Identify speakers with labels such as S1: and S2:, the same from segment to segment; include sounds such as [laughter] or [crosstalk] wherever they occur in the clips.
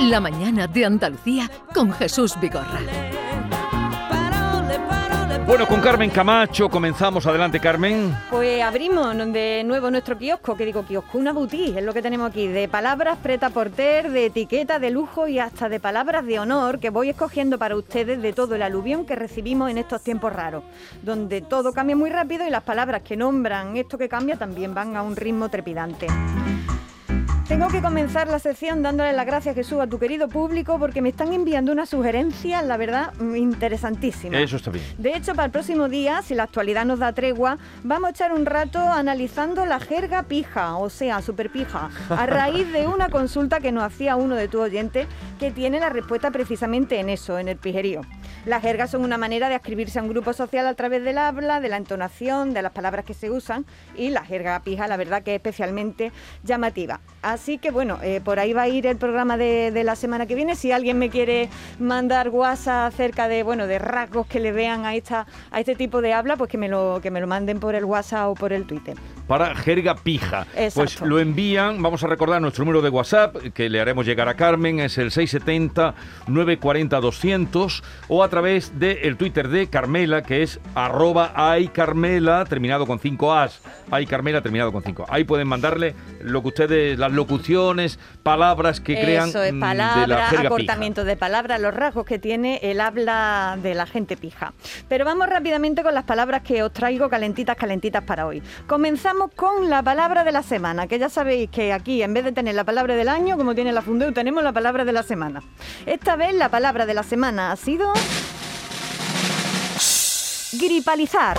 S1: La mañana de Andalucía con Jesús Vigorra.
S2: Bueno, con Carmen Camacho comenzamos. Adelante, Carmen.
S3: Pues abrimos de nuevo nuestro kiosco, que digo kiosco, una boutique, es lo que tenemos aquí, de palabras preta porter, de etiqueta, de lujo y hasta de palabras de honor que voy escogiendo para ustedes de todo el aluvión que recibimos en estos tiempos raros, donde todo cambia muy rápido y las palabras que nombran esto que cambia también van a un ritmo trepidante. Tengo que comenzar la sección dándole las gracias, Jesús, a tu querido público porque me están enviando unas sugerencias, la verdad, interesantísimas.
S2: Eso está bien.
S3: De hecho, para el próximo día, si la actualidad nos da tregua, vamos a echar un rato analizando la jerga pija, o sea, superpija, a raíz de una consulta que nos hacía uno de tus oyentes que tiene la respuesta precisamente en eso, en el pijerío. Las jergas son una manera de escribirse a un grupo social a través del habla, de la entonación, de las palabras que se usan y la jerga pija, la verdad, que es especialmente llamativa. Así que bueno, eh, por ahí va a ir el programa de, de, la semana que viene. Si alguien me quiere mandar WhatsApp acerca de bueno de rasgos que le vean a esta a este tipo de habla, pues que me lo que me lo manden por el WhatsApp o por el Twitter.
S2: Para jerga pija. Exacto. Pues lo envían, vamos a recordar nuestro número de WhatsApp que le haremos llegar a Carmen, es el 670 940 200 o a través del de Twitter de Carmela que es arroba ay Carmela terminado con 5 as. Ay Carmela terminado con 5. Ahí pueden mandarle lo que ustedes las locuciones, palabras que crean mm,
S3: Eso es, palabras, acortamientos de palabras, los rasgos que tiene el habla de la gente pija. Pero vamos rápidamente con las palabras que os traigo calentitas, calentitas para hoy. Comenzamos con la palabra de la semana, que ya sabéis que aquí en vez de tener la palabra del año, como tiene la Fundeu, tenemos la palabra de la semana. Esta vez la palabra de la semana ha sido gripalizar.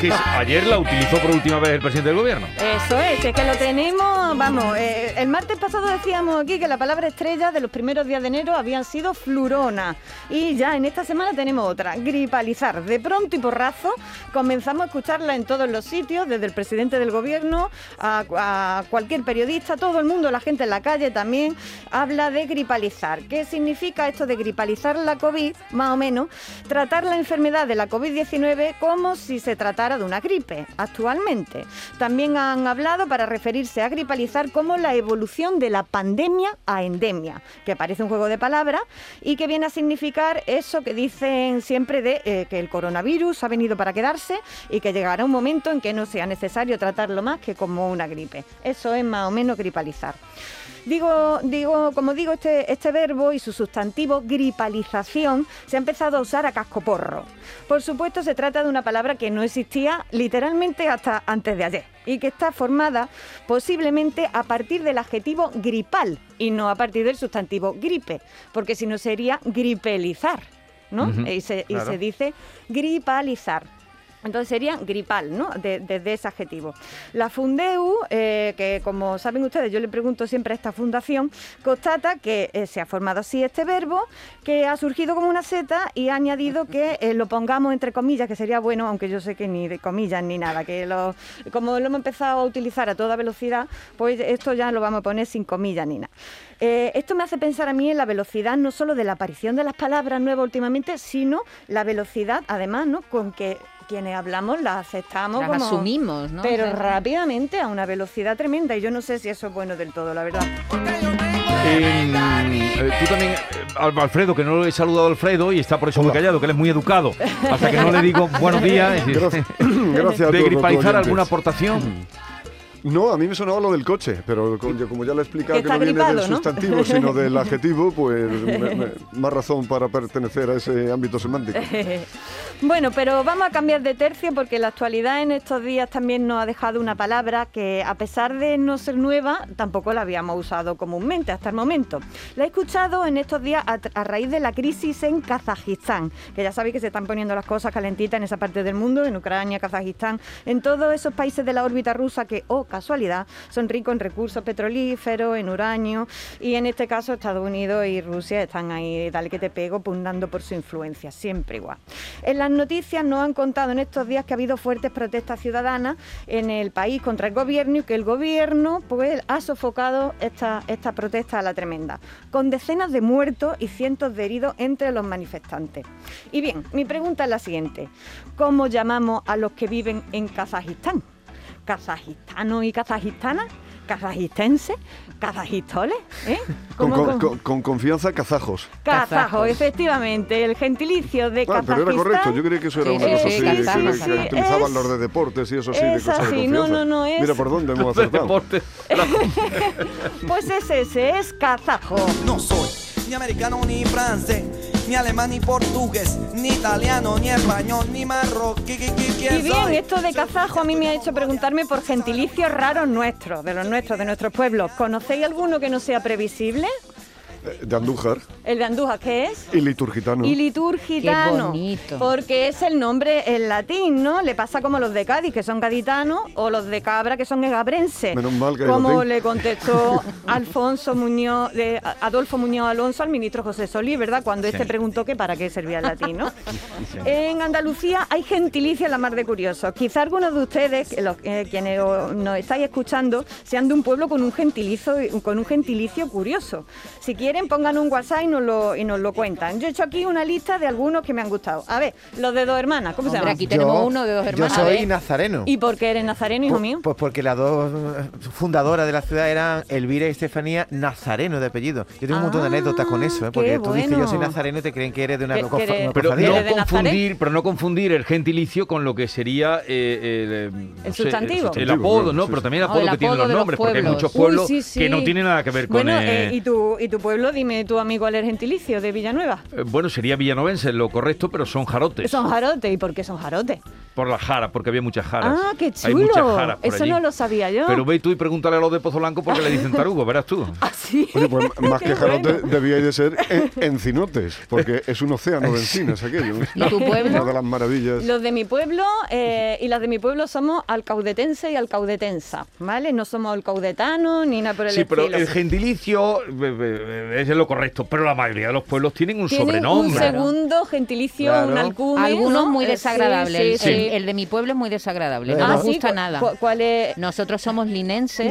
S2: Que ayer la utilizó por última vez el presidente del gobierno.
S3: Eso es, es que lo tenemos, vamos, eh, el martes pasado decíamos aquí que la palabra estrella de los primeros días de enero habían sido flurona. Y ya en esta semana tenemos otra, gripalizar. De pronto y porrazo comenzamos a escucharla en todos los sitios, desde el presidente del gobierno a, a cualquier periodista, todo el mundo, la gente en la calle también, habla de gripalizar. ¿Qué significa esto de gripalizar la COVID, más o menos? Tratar la enfermedad de la COVID-19 como si se tratara de una gripe actualmente. También han hablado para referirse a gripalizar como la evolución de la pandemia a endemia, que parece un juego de palabras y que viene a significar eso que dicen siempre de eh, que el coronavirus ha venido para quedarse y que llegará un momento en que no sea necesario tratarlo más que como una gripe. Eso es más o menos gripalizar. Digo, digo, como digo, este, este verbo y su sustantivo gripalización se ha empezado a usar a cascoporro. Por supuesto, se trata de una palabra que no existía literalmente hasta antes de ayer y que está formada posiblemente a partir del adjetivo gripal y no a partir del sustantivo gripe, porque si no sería gripelizar, ¿no? Uh -huh, y, se, claro. y se dice gripalizar. Entonces sería gripal, ¿no? Desde de, de ese adjetivo. La Fundeu, eh, que como saben ustedes, yo le pregunto siempre a esta fundación, constata que eh, se ha formado así este verbo, que ha surgido como una seta y ha añadido que eh, lo pongamos entre comillas, que sería bueno, aunque yo sé que ni de comillas ni nada, que lo, como lo hemos empezado a utilizar a toda velocidad, pues esto ya lo vamos a poner sin comillas ni nada. Eh, esto me hace pensar a mí en la velocidad no solo de la aparición de las palabras nuevas últimamente, sino la velocidad, además, ¿no? Con que quienes hablamos las aceptamos
S4: las
S3: como,
S4: asumimos ¿no?
S3: pero o sea, rápidamente a una velocidad tremenda y yo no sé si eso es bueno del todo la verdad
S2: eh, eh, tú también, eh, Alfredo, que no lo he saludado a Alfredo y está por eso Hola. muy callado, que él es muy educado. Hasta que no le
S5: [laughs]
S2: digo buenos días. [laughs]
S5: Gracias, gracias
S2: ¿De gripalizar alguna aportación?
S5: Mm,
S2: [laughs]
S5: No, a mí me sonaba lo del coche, pero como ya le he explicado que, no viene gripado, del sustantivo, ¿no? sino del adjetivo, pues me, me, más razón para pertenecer a ese ámbito semántico.
S3: bueno, pero vamos a cambiar de tercio porque la actualidad en estos días también nos ha dejado una palabra que, a pesar de no ser nueva, tampoco la habíamos usado comúnmente hasta el momento. La he escuchado en estos días a, a raíz de la crisis en Kazajistán, que ya sabéis que se están poniendo las cosas calentitas en esa parte del mundo, en Ucrania, Kazajistán, en todos esos países de la órbita rusa que, oh, casualidad, son ricos en recursos petrolíferos, en uranio, y en este caso Estados Unidos y Rusia están ahí, dale que te pego, pugnando por su influencia, siempre igual. En las noticias nos han contado en estos días que ha habido fuertes protestas ciudadanas en el país contra el gobierno y que el gobierno pues, ha sofocado esta, esta protesta a la tremenda, con decenas de muertos y cientos de heridos entre los manifestantes. Y bien, mi pregunta es la siguiente, ¿cómo llamamos a los que viven en Kazajistán? kazajistanos y kazajistanas kazajistense, kazajistoles, ¿eh?
S5: Con, con, con, con confianza kazajos.
S3: Kazajo, efectivamente, el gentilicio de
S5: Ah,
S3: Kazajistán.
S5: pero era correcto, yo creía que eso era
S4: Sí,
S5: una
S4: sí,
S5: cosa
S4: sí,
S5: así, que-
S4: kazajos,
S5: que,
S4: sí.
S5: utilizaban
S3: Es-
S5: los de deportes y eso sí, de
S3: es
S5: cosas de
S3: así, no,
S5: confianza.
S3: no, no, es-
S5: Mira por dónde
S2: [laughs]
S5: hemos
S2: de
S5: acertado.
S2: deporte.
S3: Pues es ese, es kazajo.
S6: No soy ni americano ni francés, ni alemán ni portugués, ni italiano ni español ni marroquí. ¿Qui- qui-
S3: Y
S6: ¿Quién
S3: bien,
S6: soy?
S3: esto de kazajo a mí me ha hecho preguntarme por gentilicios raros nuestros, de los nuestros, de nuestros pueblos. ¿Conocéis alguno que no sea previsible?
S5: Eh, De Andújar
S3: ¿El de Andújar qué es?
S5: y liturgitano.
S3: Y liturgitano.
S4: Qué bonito.
S3: Porque es el nombre en latín, ¿no? Le pasa como los de Cádiz, que son gaditanos, o los de Cabra, que son egabrenses.
S5: Menos mal que hay
S3: Como
S5: latín.
S3: le
S5: [laughs]
S3: contestó Alfonso Muñoz, de- Adolfo Muñoz Alonso al ministro José Solí, ¿verdad? Cuando este preguntó que para qué servía el latín, ¿no? En Andalucía hay gentilicios la mar de curiosos. Quizá algunos de ustedes, que los- eh, quienes o- nos estáis escuchando, sean de un pueblo con un gentilizo, con un gentilicio curioso. Si quieren, pongan un WhatsApp y nos lo, y nos lo cuentan. Yo he hecho aquí una lista de algunos que me han gustado. A ver, los de dos hermanas, ¿cómo
S4: Hombre,
S3: se
S4: aquí
S3: llaman?
S4: tenemos uno de dos
S7: Yo
S4: hermanas.
S7: soy
S4: ¿eh?
S7: nazareno.
S3: ¿Y por qué eres nazareno, hijo
S7: Pues-
S3: mío?
S7: Pues porque las dos eh, fundadoras de la ciudad eran Elvira y Estefanía Nazareno de apellido. Yo tengo un montón de
S3: Ah,
S7: anécdotas con eso, ¿eh? porque
S3: qué
S7: tú dices yo soy
S3: bueno.
S7: nazareno y te creen que eres de una
S3: Que-
S7: cofa-
S3: que eres-
S7: una
S2: Pero
S7: cofradía.
S3: ¿Eres de
S2: no,
S3: Nazaret?
S2: confundir, pero no confundir el gentilicio con lo que sería eh, eh, el, eh, no sé,
S3: sustantivo.
S2: El, apodo, ¿no?
S5: Sí, sí.
S2: Pero también el
S4: Ah,
S2: apodo
S4: el
S2: que tienen
S4: apodo
S2: los
S4: de los
S2: nombres, porque hay
S4: pueblos.
S2: muchos pueblos
S4: Uy, sí, sí.
S2: que no tienen nada que ver con.
S3: Bueno,
S2: eh,
S3: eh, ¿y, tu, ¿y tu pueblo? Dime tu amigo cuál es el gentilicio de Villanueva.
S2: eh, bueno, sería villanovense lo correcto, pero son jarotes.
S3: Son jarotes. ¿Y por qué son jarotes?
S2: Por la jara, porque había muchas jaras.
S3: Ah, qué
S2: Hay
S3: chulo.
S2: muchas jaras por
S3: Eso
S2: allí.
S3: no lo sabía yo. [laughs]
S2: Pero ve tú y pregúntale a los de Pozo Blanco porque le dicen tarugo, verás tú.
S3: Así.
S5: Oye, pues más que
S3: Qué
S5: jarote
S3: bueno.
S5: debíais de ser en- encinotes, porque es un océano de encinas aquello.
S4: ¿Y tu pueblo?
S5: Una de las maravillas.
S3: Los de mi pueblo eh, y las de mi pueblo somos alcaudetense y alcaudetensa, ¿vale? No somos alcaudetanos ni nada por el
S2: Sí, pero
S3: estilo.
S2: el gentilicio be- be- be- es lo correcto, pero la mayoría de los pueblos tienen un
S3: Tienen un
S2: sobrenombre.
S3: segundo gentilicio,
S7: Claro.
S3: un alcume.
S4: Algunos
S3: ¿no?
S4: muy
S3: Eh, sí,
S4: desagradables. El-
S3: sí, sí.
S4: El, el de mi pueblo es muy desagradable.
S7: Ah,
S4: no nos
S3: sí,
S4: gusta
S3: ¿cu-
S4: nada.
S3: cu- ¿Cuál es?
S4: Nosotros somos linenses.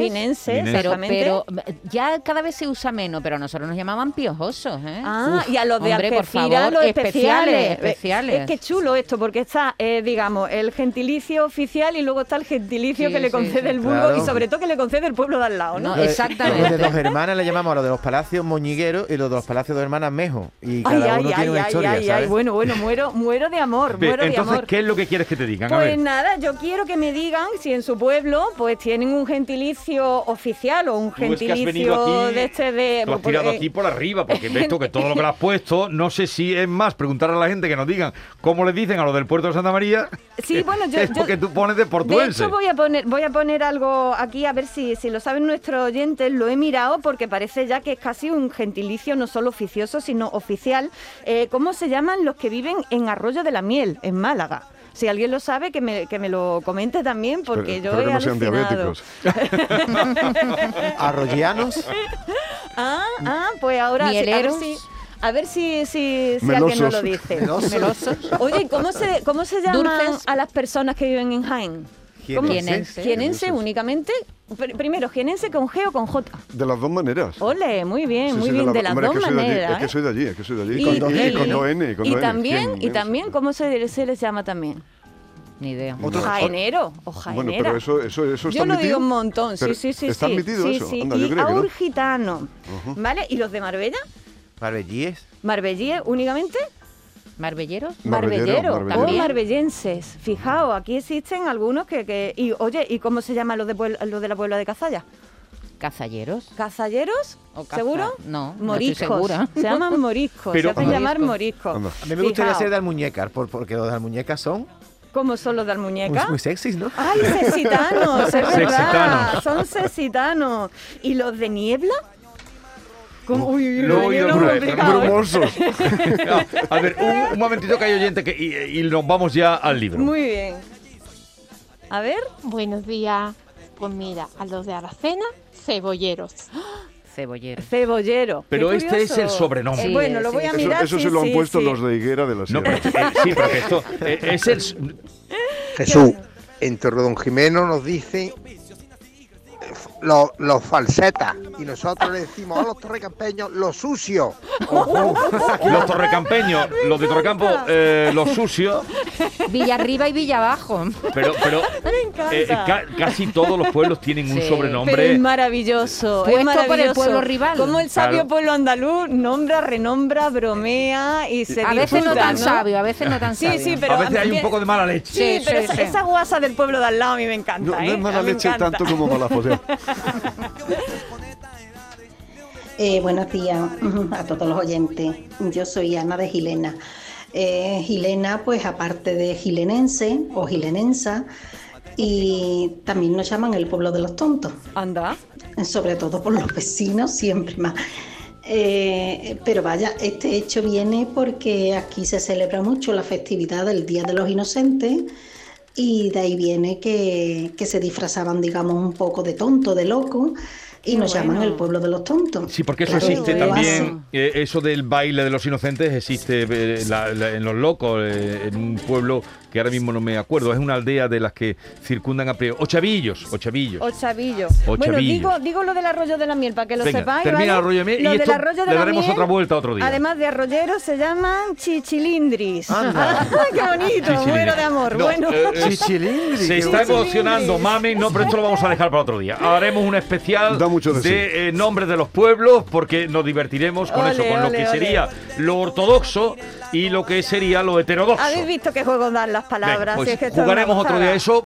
S2: Linense.
S3: Linense,
S4: Pero,
S3: exactamente.
S4: pero ya cada vez se usa menos, pero a nosotros nos llamaban piojosos. ¿eh?
S3: Ah,
S4: Uf,
S3: y a los de
S4: hombre, por
S3: Algeciras,
S4: favor,
S3: los especiales. Eh,
S4: especiales. especiales.
S3: Es que es chulo esto, porque está, eh, digamos, el gentilicio oficial y luego está el gentilicio
S4: Sí,
S3: que le
S4: sí,
S3: concede
S4: sí.
S3: el vulgo
S7: Claro.
S3: y sobre todo que le concede el pueblo de al lado, ¿no?
S4: No,
S7: Los de-
S4: exactamente.
S7: Los de dos hermanas le llamamos a los de los palacios moñigueros y los de los palacios de hermanas mejo. Y
S3: Ay,
S7: cada
S3: ay,
S7: uno tiene
S3: ay,
S7: una
S3: ay,
S7: historia,
S3: ay,
S7: ¿sabes?
S3: ay, bueno, bueno, muero, muero de amor,
S2: Bien,
S3: muero de
S2: entonces,
S3: amor.
S2: ¿qué es lo que quieres que te digan? a
S3: Pues
S2: ver.
S3: nada, yo quiero que me digan si en su pueblo pues tienen un gentilicio oficial o un
S2: Tú es que
S3: gentilicio
S2: has venido aquí,
S3: de este de
S2: tú has
S3: por-
S2: tirado
S3: eh,
S2: aquí por arriba, porque de esto que todo lo
S3: [laughs]
S2: que le has puesto, no sé si es más preguntar a la gente que nos digan cómo le dicen a los del puerto de Santa María.
S3: Sí, bueno, yo,
S2: es
S3: yo-
S2: porque tú pones de portuense.
S3: De hecho, voy a poner, voy a poner algo aquí a ver si, si lo saben nuestros oyentes. Lo he mirado porque parece ya que es casi un gentilicio no solo oficioso, sino oficial. Eh, ¿Cómo se llaman los que viven en Arroyo de la Miel, en Málaga? Si alguien lo sabe, que me, que me lo comente también, porque yo
S5: Espero- espero
S3: he
S5: que no sean
S3: alucinado.
S5: diabéticos.
S7: Arroyanos,
S3: Ah, ah, pues ahora sí, a ver
S4: Mieleros.
S3: si, a ver si, si, si
S5: Melosos.
S3: alguien nos lo dice.
S4: Melosos.
S3: Oye, ¿y ¿cómo se, cómo se llaman
S4: Dulces.
S3: a las personas que viven en Jaén? ¿Cómo?
S7: ¿Eh?
S4: Jienense.
S3: Jienense únicamente. Pr- Primero, jienense con G o con J.
S5: De las dos maneras.
S3: Ole, muy bien,
S5: Sí,
S3: muy
S5: sí,
S3: bien, de las
S5: hombre, es
S3: dos
S5: que soy de allí,
S3: maneras.
S5: Es que
S3: ¿eh?
S5: soy de allí, es que soy de allí.
S3: Y-
S5: con, dos,
S3: y-
S5: y, con dos N. Con
S3: y
S5: dos N.
S3: también,
S5: ¿Quién?
S3: y también, ¿cómo se, se les llama también?
S4: Ni idea.
S7: Otro-
S3: Jaenero o jaenera.
S5: Bueno, pero eso, eso, eso está
S3: yo lo
S5: admitido.
S3: digo un montón, sí,
S5: Pero
S3: sí, sí.
S5: Está
S3: sí.
S5: admitido
S3: Sí,
S5: eso.
S3: sí.
S5: Anda,
S3: y
S5: yo creo que no.
S3: aurgitano, ¿vale? ¿Y los de Marbella?
S7: marbellíes.
S3: ¿Marbellíes únicamente?
S4: ¿Marbelleros?
S5: Marbellero,
S3: Marbellero,
S5: Marbellero.
S3: o marbellenses. Fijaos, aquí existen algunos que... que- y oye, ¿y cómo se llaman los de, puebl- los de la Puebla de Cazalla?
S4: ¿Cazalleros?
S3: ¿Cazalleros?
S4: O caza-
S3: ¿Seguro?
S4: no, no
S3: moriscos.
S4: estoy segura.
S3: Se llaman moriscos,
S2: Pero-
S3: se hacen
S2: Anda.
S3: llamar moriscos.
S5: Anda.
S7: A mí me gustaría
S3: Fijaos,
S7: ser de almuñecas, por- porque los de almuñecas son
S3: ¿Cómo son los de
S7: muy,
S3: Almuñeca? Ah.
S7: muy sexys, ¿no?
S3: ¡Ay, sesitanos! Es verdad,
S2: Sexitanos.
S3: son sesitanos. ¿Y los de Niebla? ¿Cómo? Uy, uy, uy,
S2: Lo he oído
S3: niebla
S2: alguna vez, pero
S3: complicado, ¿eh?
S5: Brumosos.
S3: [laughs]
S2: [laughs] Ah, A ver, un, un momentito que hay oyente que, y, y nos vamos ya al libro.
S3: Muy bien. A ver,
S8: Buenos días. Pues mira, a los de Aracena, cebolleros.
S4: Cebolleros.
S3: cebollero. Qué
S2: Pero este
S3: curioso.
S2: es el sobrenombre.
S3: Eh, bueno, lo
S4: Sí,
S3: voy a
S4: sí.
S5: Eso,
S3: mirar.
S5: eso
S3: sí,
S5: se lo han
S3: sí,
S5: puesto
S3: sí.
S5: los de Higuera de la
S2: No,
S5: Sierra.
S2: pero, eh, sí, porque esto eh, es el
S9: Jesús, en Torredonjimeno nos dice los, los falsetas. Y nosotros le decimos a los torrecampeños los sucios.
S2: Los torrecampeños, los de Torrecampo, eh, los sucios,
S4: Villa arriba y Villa
S3: [laughs]
S4: abajo.
S2: pero, pero
S3: Me encanta.
S2: eh, ca- casi todos los pueblos tienen un
S4: Sí.
S3: Pero es
S2: sobrenombre.
S3: maravilloso.
S4: Puesto
S3: es
S4: por el
S3: maravilloso.
S4: pueblo rival.
S3: Como el sabio
S2: Claro.
S3: pueblo andaluz nombra, renombra, bromea y se
S4: A veces no
S3: disfruta,
S4: tan sabio, a veces no tan
S3: Sí,
S4: sabio.
S3: sí, pero-
S2: A veces hay
S3: bien.
S2: un poco de mala leche.
S3: Sí,
S4: Sí,
S3: pero
S4: sí,
S3: esa,
S4: sí.
S3: esa guasa del pueblo de al lado a mí me encanta.
S5: No, no
S3: ¿eh?
S5: es
S3: A
S5: mala
S3: mí me
S5: leche
S3: encanta.
S5: tanto como mala posea.
S10: Eh, buenos días a todos los oyentes. Yo soy Ana de Gilena. Eh, Gilena, pues aparte de gilenense o gilenensa, y también nos llaman el pueblo de los tontos,
S3: Anda.
S10: sobre todo por los vecinos, siempre más. Eh, pero vaya, este hecho viene porque aquí se celebra mucho la festividad del Día de los Inocentes y de ahí viene que, que se disfrazaban, digamos, un poco de tonto, de loco, y
S3: Qué
S10: nos llaman
S3: bueno.
S10: el pueblo de los tontos.
S2: Sí, porque eso
S10: Claro,
S2: existe
S10: lo
S2: también,
S10: hacen.
S2: eh, eso del baile de los inocentes existe eh, la- la- en Los Locos, eh, en un pueblo que ahora mismo no me acuerdo, es una aldea de las que circundan a priori. Ochavillos, Ochavillos.
S3: O chavillo.
S2: O
S3: bueno,
S2: chavillo.
S3: digo, digo lo del arroyo de la miel para que lo
S2: Venga,
S3: sepáis.
S2: termina
S3: ¿vale?
S2: el arroyo de miel y
S3: Lo del
S2: esto
S3: arroyo de
S2: le
S3: la
S2: daremos
S3: miel,
S2: otra vuelta otro día.
S3: Además de arroyeros, se llaman chichilindris. [laughs]
S7: Anda.
S3: Ah, ¡Qué bonito!
S2: Chichilindris.
S3: Muero de amor.
S2: No,
S3: bueno.
S2: eh, eh,
S7: Chichilindri,
S2: Se
S7: qué
S2: está
S7: bueno.
S2: emocionando, mami. No, pero esto lo vamos a dejar para otro día. Haremos un especial
S5: Da mucho de sí.
S2: eh, nombres de los pueblos porque nos divertiremos con
S3: Ole,
S2: eso, con lo
S3: ole,
S2: que
S3: ole.
S2: sería lo ortodoxo y lo que sería lo heterodoxo.
S3: [laughs] Habéis visto qué juego dan
S2: Venga,
S3: las palabras.
S2: pues
S3: Si es que esto es una
S2: jugaremos otro
S3: gozada.
S2: día eso